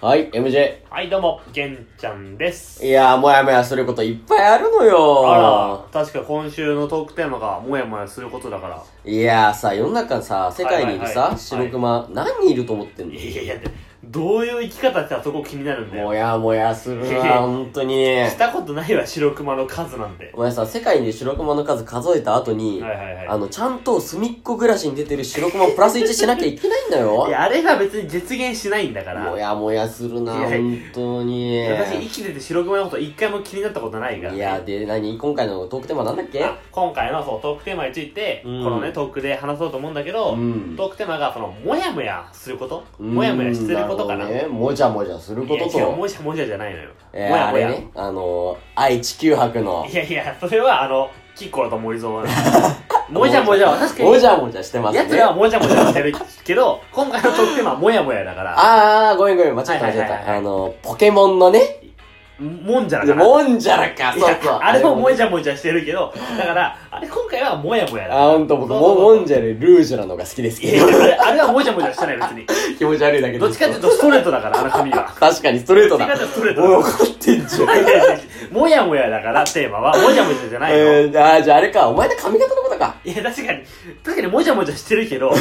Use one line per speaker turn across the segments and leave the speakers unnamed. はい、MJ。
はい、どうも、げんちゃんです。
いやー、もやもやすることいっぱいあるの
あ
よ
ら、確か今週のトークテーマが、もやもやすることだから。
いやーさ、世の中さ、世界にいる
はいはい
さ
は、い
白熊、何人いると思ってんの
いやいやいや、どういう生き方したらそこ気になるんだよ。
もやもやするな、本当に
し
ね。
たことないわ、白熊の数なんて。
お前さ、世界に白熊の数数えた後に、
はいはいはい
あの、ちゃんと隅っこ暮らしに出てる白熊をプラス1しなきゃいけないんだよ
い。や、あれが別に実現しないんだから。
もやもやするな、
いや
本当に。
私、生きてて白熊のこと一回も気になったことないから、
いや、で、何今回のトークテーマなんだっけ
あ今回のそうトークテーマについて、
うん
このねトークで話そうと思うんだけど、
うん
トークテーマがそのモヤモヤすることモヤモヤしてることかな
うんるほどね、もじゃもじゃする
い
こ
や
と
違う
と。
もじゃもじゃじゃないのよも
えー、
や
あ
も
れ
や、
ね、あのー、愛地球博の
い、やいやそれはあのキッコロと 森蔵はもじゃもじゃは確かに
もじゃもじゃしてます
やつ
ね。
らはもじゃもじゃしてるけど今回のトークテーマはモヤモヤだから
あー、ごめんごめん、間違えた間違え
はいはいはいは
た。
い
あの、ポケモンのね、
もんじゃだから
もんじゃらか、
い
そうそう。
やあれもも
んじ
じゃもじゃしてるけどだからあれ今回はもやも
ゃ。
やだから
あ、ほんと僕、
そうそう
も
そう
もんじゃよりルージュなのが好きです
いや
け
いや
ど、
あれあれはもじゃもじゃしてない別に
気持ち悪いだけ
どっちかっていう
う
とストレートだから、あの髪は。
確かにストレートだ
どっち。かっていうとストレートだ
もう怒ってんじゃん。
いやいやもやもやだから、テーマは。もじゃもじゃじゃないの。
えー、あー、じゃああれか、お前の髪型のことか。
いや、確かに、確かにもじゃもじゃしてる けど、わ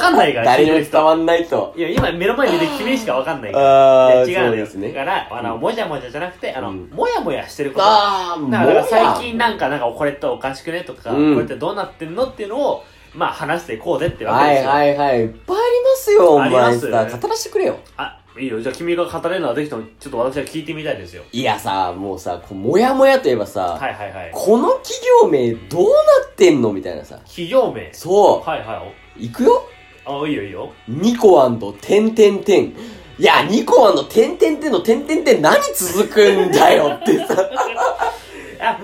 かんないから、
誰に
聞
も
いてる
伝
人。
わんないと。
いや、今目の前にいる君にしかわかんないから。
あー、
いや違う
そ
の
う
よ
ですね。
だから、あの、もじゃもじゃじゃなくて、あの、
うん
もやもやしてること。
あー、
だから、
もう
最近なんか、なんか、これっておかしくねとか、
うん
これってどうなってんのっていうのを、まあ、話していこうぜってわけ
は
です
い
よ。
はいはい。いっぱいありますよ、お
ありま
前
す
さ。語らせてくれよ。
あ、いいよ。じゃあ、君が語れるのはぜひとも、ちょっと私は聞いてみたいですよ。
いやさ、もうさ、こうもやもやといえばさ、
はいはいはい。
この企業名どうなってんのみたいなさ。
企業名。
そ
はいはい。
う。いくよ
あ、いいよいいよ。
ニコてんてんてん。いや、ニコてんてんてんのてんてんてん何続くんだよってさ。
あ、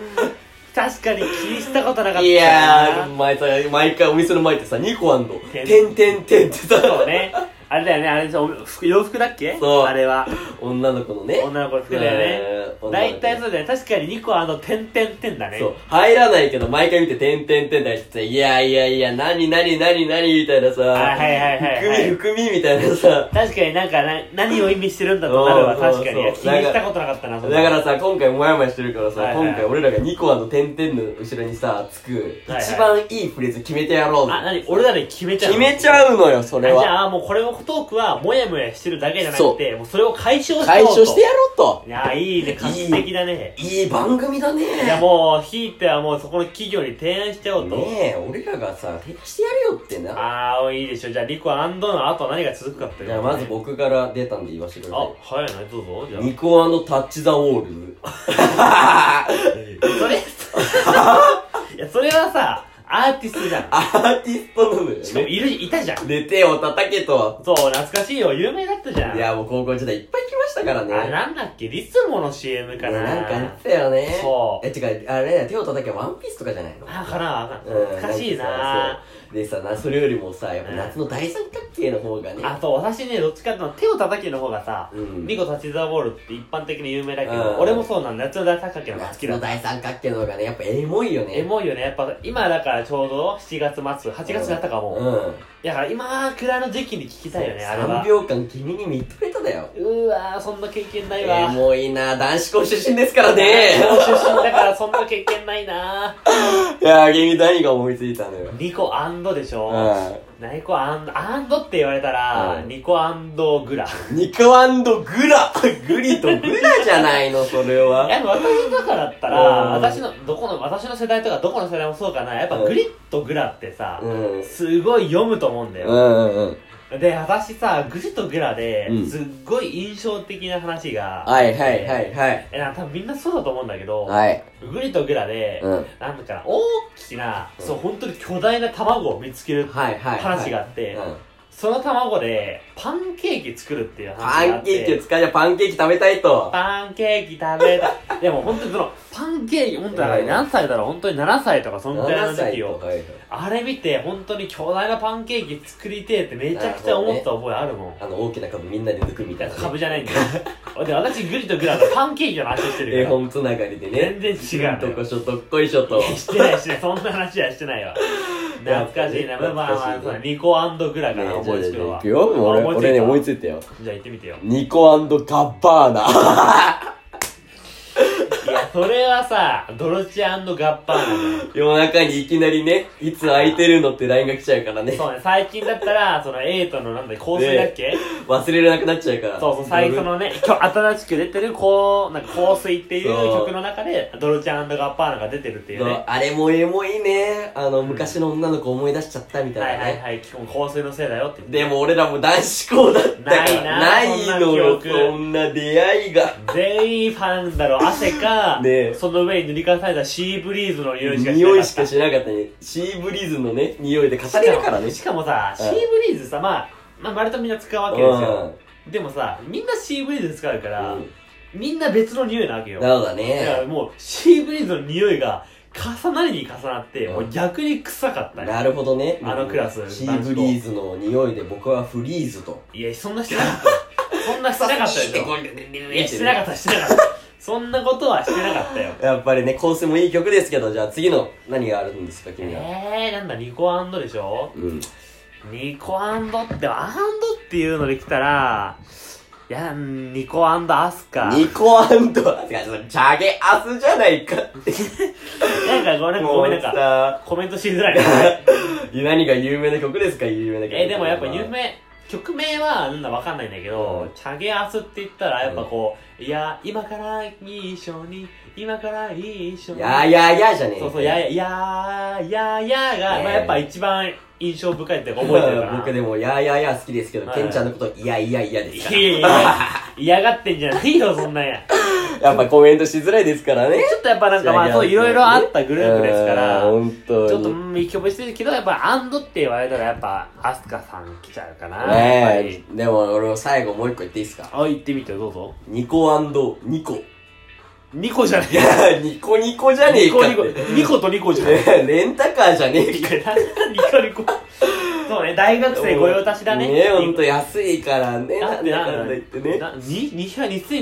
確かに気にしたことなかった。
いやー、前さ、毎回お店の前ってさ、ニコてんてんてんって
そう
さ、
ね。あれだよね、あれ、お服洋服だっけ
そう
あれは。
女の子のね。
女の子の服だよね。
えー女の子
大体そうだよね。確かに2個あの、点々点だね。
そう。入らないけど、毎回見て、てんてんてんって入ってさ、いやいやいや、なになになになにみたいなさ、
あはいはいはいはい
含み含みみたいなさ、
確かになんかな、何を意味してるんだとなるわ、
そうそう
確かに。い
そう
や気にしたことなかったな、
だからさ、今回もやもやしてるからさ、
はいはい
今回俺らがニコアの点々の後ろにさ、つく、
はいはい
一番いいフレーズ決めてやろうぜ
あ、なに、俺らで決めちゃう
決
の
めちゃうのよ、それ
あじ
は。
ゃあ、もうこれのトークは、もやもやしてるだけじゃなくて、もうそれを解消しようと
解消してやろうと
い。や、いいね、画期的だね。
いい番組だね。
いや、もう、ひいてはもうそこの企業に提案しちゃおうと。
ねえ、俺らがさ、提案してやるよってな。
ああ、いいでしょ。じゃあ、リコアンドの後は何が続くかっていう
じゃあ、まず。僕から出たんで言わせてくださ
あ
い、。
早いな、どうぞ。じゃ
ニコアのタッチザウォー ル。
あ。それ、 いや、それはさ、アーティストじゃん。
アーティストなのよ
しかも、
ね。
いる、いたじゃん。
で、手を叩けと。
そう、懐かしいよ。有名だったじゃん。
いや、もう高校時代いっぱい来ましたから
あ、
ね。
なんだっけ、リスモの CM かな。
なんかあったよね。
そう
え、違う、あれだよ手を叩けばワンピースとかじゃないの
あ、かな、あか
うん
な懐かしい
なんか
な
さ。そうでさな、それよりもさ、やっぱ夏の大三角形の方がね。
あ、そう、私ね、どっちかっていうと、手を叩きの方がさ、
うん
リコタチザボールって一般的に有名だ
う
け
ん
ど、俺もそうなんだ。夏の大作家の方が好
夏
きだ
の
った。
大三角形の方がね、やっぱエモいよね。
エモいよね。やっぱ、今だからちょうど7月末、8月だったかも。
うん。
だから今くらいの時期に聞きたいよね、あれ
3
は。
秒間君に見とれただよ。
うわー、そんな経験ないわ。
エモいな男子校出身ですから
日
ね。
本出身だからそんな経験ないない
やー、君何が思いついたのよ。
ニコアンドでし
う
ょ。
ん。
ナイコアンド、アンドって言われたら
う、ん
ニコアンドグラ。
ニコグラグリとグラじゃないの、それ は。
やっぱ私とかだったら、
うん
私の、どこの、私の世代とかどこの世代もそうかな。やっぱグリッとグラってさ、
うん。
すごい読むと思うんだ
う
よ。
んうんうん。
で、私さ、グリとグラで
うん、
すっごい印象的な話が、
はいはいはいはい。
え、なんか多分みんなそうだと思うんだけど、
はい。
グリとグラで、
うん。
なんかな、大きな、そう、本当に巨大な卵を見つける
はいはい。
話があっ
う
て、
ん。
その卵で、パンケーキ作るっていう
パ
話があ
ン
っ
ケーキを
て、
使うじゃパンケーキ食べたいと。
パンケーキ食べたい。で も本当にその、パンケーキ、本当
うん
に何歳だろう本当に7歳とか、そのくらいの
7
時期
歳と
を。
かよ。
あれ見て、本当に巨大なパンケーキ作りてえってめちゃくちゃ思った覚えあるもん。
あの、大きな株みんなで抜くみたいなね。
株じゃないんだよ。 で、私、グリとグラのパンケーキの話して
絵
るから。
本つながりでね。
全然違うの
ど
よ
こ。しょ、どっこいしょと。
してないしてないそんな話はしてないわ懐かしいな。まあまあまあ、そうだニコグラか
ね
ら
じゃ
思
あ
い
じゃ
つ
あじ
く
ゃあ
のは。
行くよ。もう俺、俺ね、思い
い
ついたよ。
た。じゃあ行ってみてよ。
ニコガッバー ナ。
いや、それはさ、ドロチアガッパーナだよ
夜中にいきなりね、いつ空いてるのって LINE が来ちゃうからね。
そうね、最近だったら、そのエイトのなんだ、香水だっけ
忘れれなくなっちゃうから。
そうそう、最初
夜。
のね、今日新しく出てる、こう、なんか香水っていう
そう
曲の中で、ドロチアガッパーナが出てるっていう
そう
ね。
あれもエモいね。あの、昔の女の子思い出しちゃったみた
はいい
な
はい
ね。
はい、基本香水のせいだよって言って
でも俺らも男子校だったから。
ないな
ない
そ
の
んな記
よ、
憶
そんな出会いが。
全員ファンだろ、汗か、
ねえ
その上に塗り重ねたシーブリーズの匂いしか
匂いし
な
か
かっ
しなかったね。シーブリーズのね、匂いで語
た
れるからね。
しかもしかもさ、
うん
シーブリーズさ、まあ、まあ、割とみんな使うわけですよ。でもさ、みんなシーブリーズ使うから、
うん
みんな別の匂いなわけよ。
なるほど
だから
ね。
もう、シーブリーズの匂いが、重なりに重なって、
うん
もう逆に臭かったよ
なるほどね。
あのクラス
シーブリーズの匂いで僕はフリーズと。
いや、そんなしてなかった。 そんなしてなかったでしょ。いや、してなかった、してなかった。そんなことはしてなかったよ。
やっぱりね、構成もいい曲ですけど、じゃあ次の何があるんですか、君は。
えー、なんだ、ニコでしょ
うん。
ニコって、アンドっていうので来たら、いや、ニコアスカ。
ニコアンド、てかそのチャゲアスじゃないかって。
なんかごめん、ごめん、なんか、
さ、
コメントしづらい。
何が有名な曲ですか、有名な曲。
えー、でもやっぱ有。名、曲名はなんだわかんないんだけど、
うん
チャゲアスって言ったらやっぱこう、いや、今から一緒に、今から一緒に。
やーやーやーじゃねえ。
そうそう、や、や、や、や、やが、
ね
まあやっぱ一番印象深いっていうか覚えてるから。
僕でも、やーやーやー好きですけど、
はい
ケンちゃんのこと、いやいやいやですから。
いやいやいや、嫌がってんじゃないよ、そんなんや。ち
やっぱコメントしづらいですからね。
ょっとやっぱなんかまあそういろいろあったグループですから、
う
ち
ん本当に。
ょっとうん一曲してるけど、やっぱアンドって言われたらやっぱアスカさん来ちゃうかな。やっぱ
ね
り
え、でも俺も最後もう一個言っていいですか
あ、行ってみて、どうぞ。
ニコニコ。
2個じゃね
いや、ニコニコじゃねえ
ニ
かっ
コ
て。
ニコ、ニコとニコじゃない。
ねえ レンタカーじゃねえ
ニ
か。
コニコ。そうね、大学生御用達だね。
ねえ、ほんと安いからね。
だ
な
っ
ん
て
だ
な
かんだ言ってね。
なに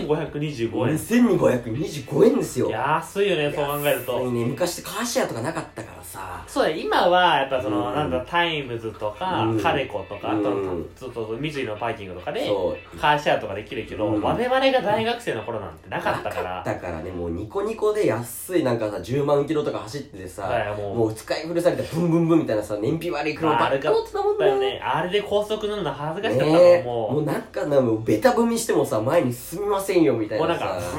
2525円。
2525円ですよ。
安いよね、そう考える
安い
と。
ね、昔ってカーシェアとかなかったからさ。
そうだよ、今は、やっぱその、
うん
なんだ、タイムズとか
うん、
カレコとか、あと
うん、
そうそう、三井のパーキングとかで、
そう。
カーシェアとかできるけど、
うん
我々が大学生の頃なんてなかったから、
だからね、もうニコニコで安いなんかさ、10万キロとか走ってて
だか
さ、
らもう、
もう使い古されてブンブンブンみたいなさ、燃費悪い車ばっか乗ってたもん
だよ
ね。
ね、あれで高速乗るの恥ずかしかったもん、
ねえ
もう。
もうなんかなもうベタ踏みしてもさ前に進みませんよみたい
もうな
なん
か、
さ
ふ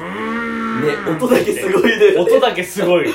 ね
ーん
音だけすごいで、
音だけすごい。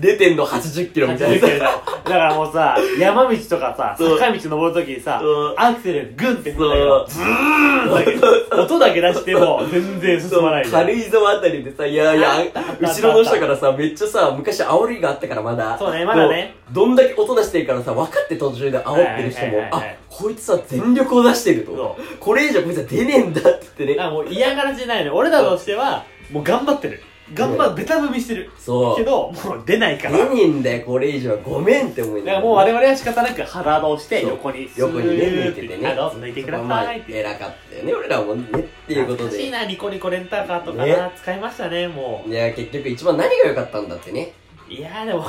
出てんの80キロみたいなさ
だからもうさ、山道とかさ、
そう
坂道登るときにさ
そう、
アクセルグンって踏んだけ
そう
ど、ズーンって音だけ出しても全然進まない
そう
じゃん
軽井沢あたりでさいやいや
あったあった
後ろの人からさめっちゃさ昔煽りがあったからまだ
そうねまだね
こうどんだけ音出してるからさ分かって途中で煽ってる人も
はいはいはいはい
あこいつは全力を出してると
そ
これ以上こいつは出ねえんだって言ってね
だからもう嫌がらせじゃないの俺らとしては、もう頑張ってる。頑張る、ベタ踏みしてる。
そ
け
う
ど、もう出ないから。だ
出ねえんだよこれ以上はごめんって思い
か
なが
ら
ら
もう我々は仕方なく腹をして
そう
横に、
横にね抜いててね
あどうぞ抜いてくだ
そこはま
さ
あ
いって。
偉かったよね俺らもねっていうこと
懐かし
で
いな、ニコニコレンタカーとか
ね
な、使いましたね、も
いや結局一番何が良かったんだってね
う。いやーでも、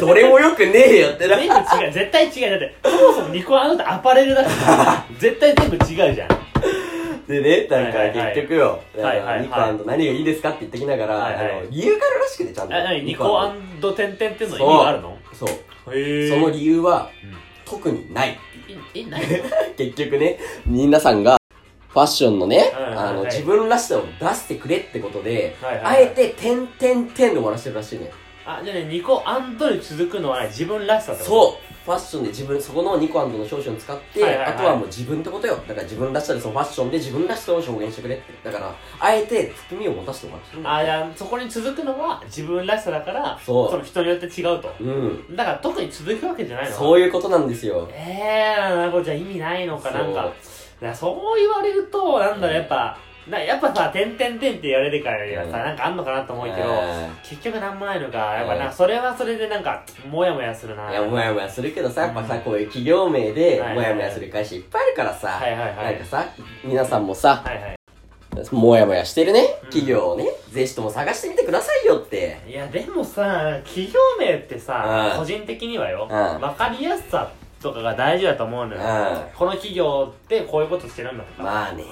どれも良くねえよってな
全部違う絶対違うだってそもそもニコアンドってアパレルだから絶対全部違うじゃん
でねなん
はいはい
か
はい
結局よあ
はいはいは
の
い
ニコアンド何がいいですかって言ってきなが
はいはい
らあの理由があるらしくてちゃんと
あ何ニコア
ン
ンド点々っていうの意味があるの
ドそう
へえ
その理由は
うん
特にない
ええ何
結局ね皆さんがファッションのね、
はいはいはい
あの、自分らしさを出してくれってことで、
はいはいはい
あえて、点々点で終わらせてるらしいね。
あじゃあねニコアンドに続くのはね自分らしさってこと
そうファッションで自分そこのニコアンドの商品を使って、
はいはいは
あ
い
とはもう自分ってことよだから自分らしさでそのファッションで自分らしさを表現してくれってだからあえて含みを持たせてもらってる
あじゃあそこに続くのは自分らしさだから
そう
の人によって違うと
うん
だから特に続くわけじゃないの
そういうことなんですよ
ええー、なるほどじゃあ意味ないのかなんか
そう
だからそう言われるとなんだろうやっぱなやっぱさ「てんてんてん」って言われるからよりはさ、
うん
なんかあんのかなと思うけど、
え
結局なんもないのか、やっぱ
う
なんそれはそれでなんか、もやもやするな。
ーいやもやもやするけどさやっぱ
う
さ
ん
こういう企業名で
はいはい
もやもやする会社いっぱいあるからさ、
はいはいは
なん
い
か。さ皆さんもさ
はいはい。
もやもやしてるね、企業をね、ぜひとも探してみてくださいよって。
いやでもさ企業名ってさ
うん
個人的にはよ
うん
分かりやすさとかが大事だと思うの
うん。
よこの企業ってこういうことしてるんだとか、
まあね、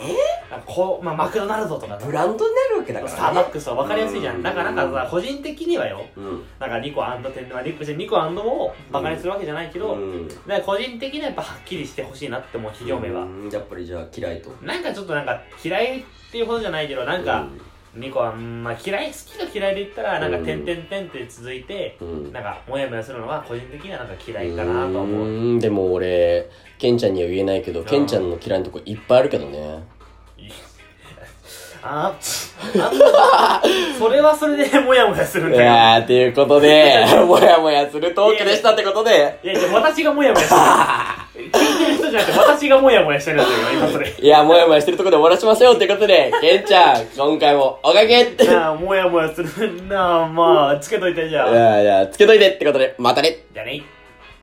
あこうまあ、マクドナルドとか
ブランドになるわけだからね。
スターバックスは分かりやすいじゃ
うん
んだからなんかさ個人的にはよ
うん。
なんかニコ天然はリップしてニコもバカにするわけじゃないけど、
うん。
なんか個人的にはやっぱはっきりしてほしいなって思う企業名は、
うんやっぱりじゃあ嫌いと。
なんかちょっとなんか嫌いっていうほどじゃないけどなんか、ニコはまあ嫌い好きと嫌いで言ったらなんか
うん
点々点って続いて
うん、うん。
なんかモヤモヤするのは個人的にはなんか嫌いかなとは思う
うんでも俺ケンちゃんには言えないけど
ん
ケンちゃんの嫌いなとこいっぱいあるけどね
ああそれはそれでモヤモヤするん
い
だよ
やーっていうこと でもやもやするトークでしたってことで
いやいや私がモヤモヤしてる聞いてる人じゃなくて私がモヤモヤしてるんだよ今それ
いやもやもやしてるとこで終わらしましょうってことでケンちゃん今回もおかけって い
なあモヤモヤするなあまあつけといてじゃあ
やいやつけといてってことでまたね
じゃあね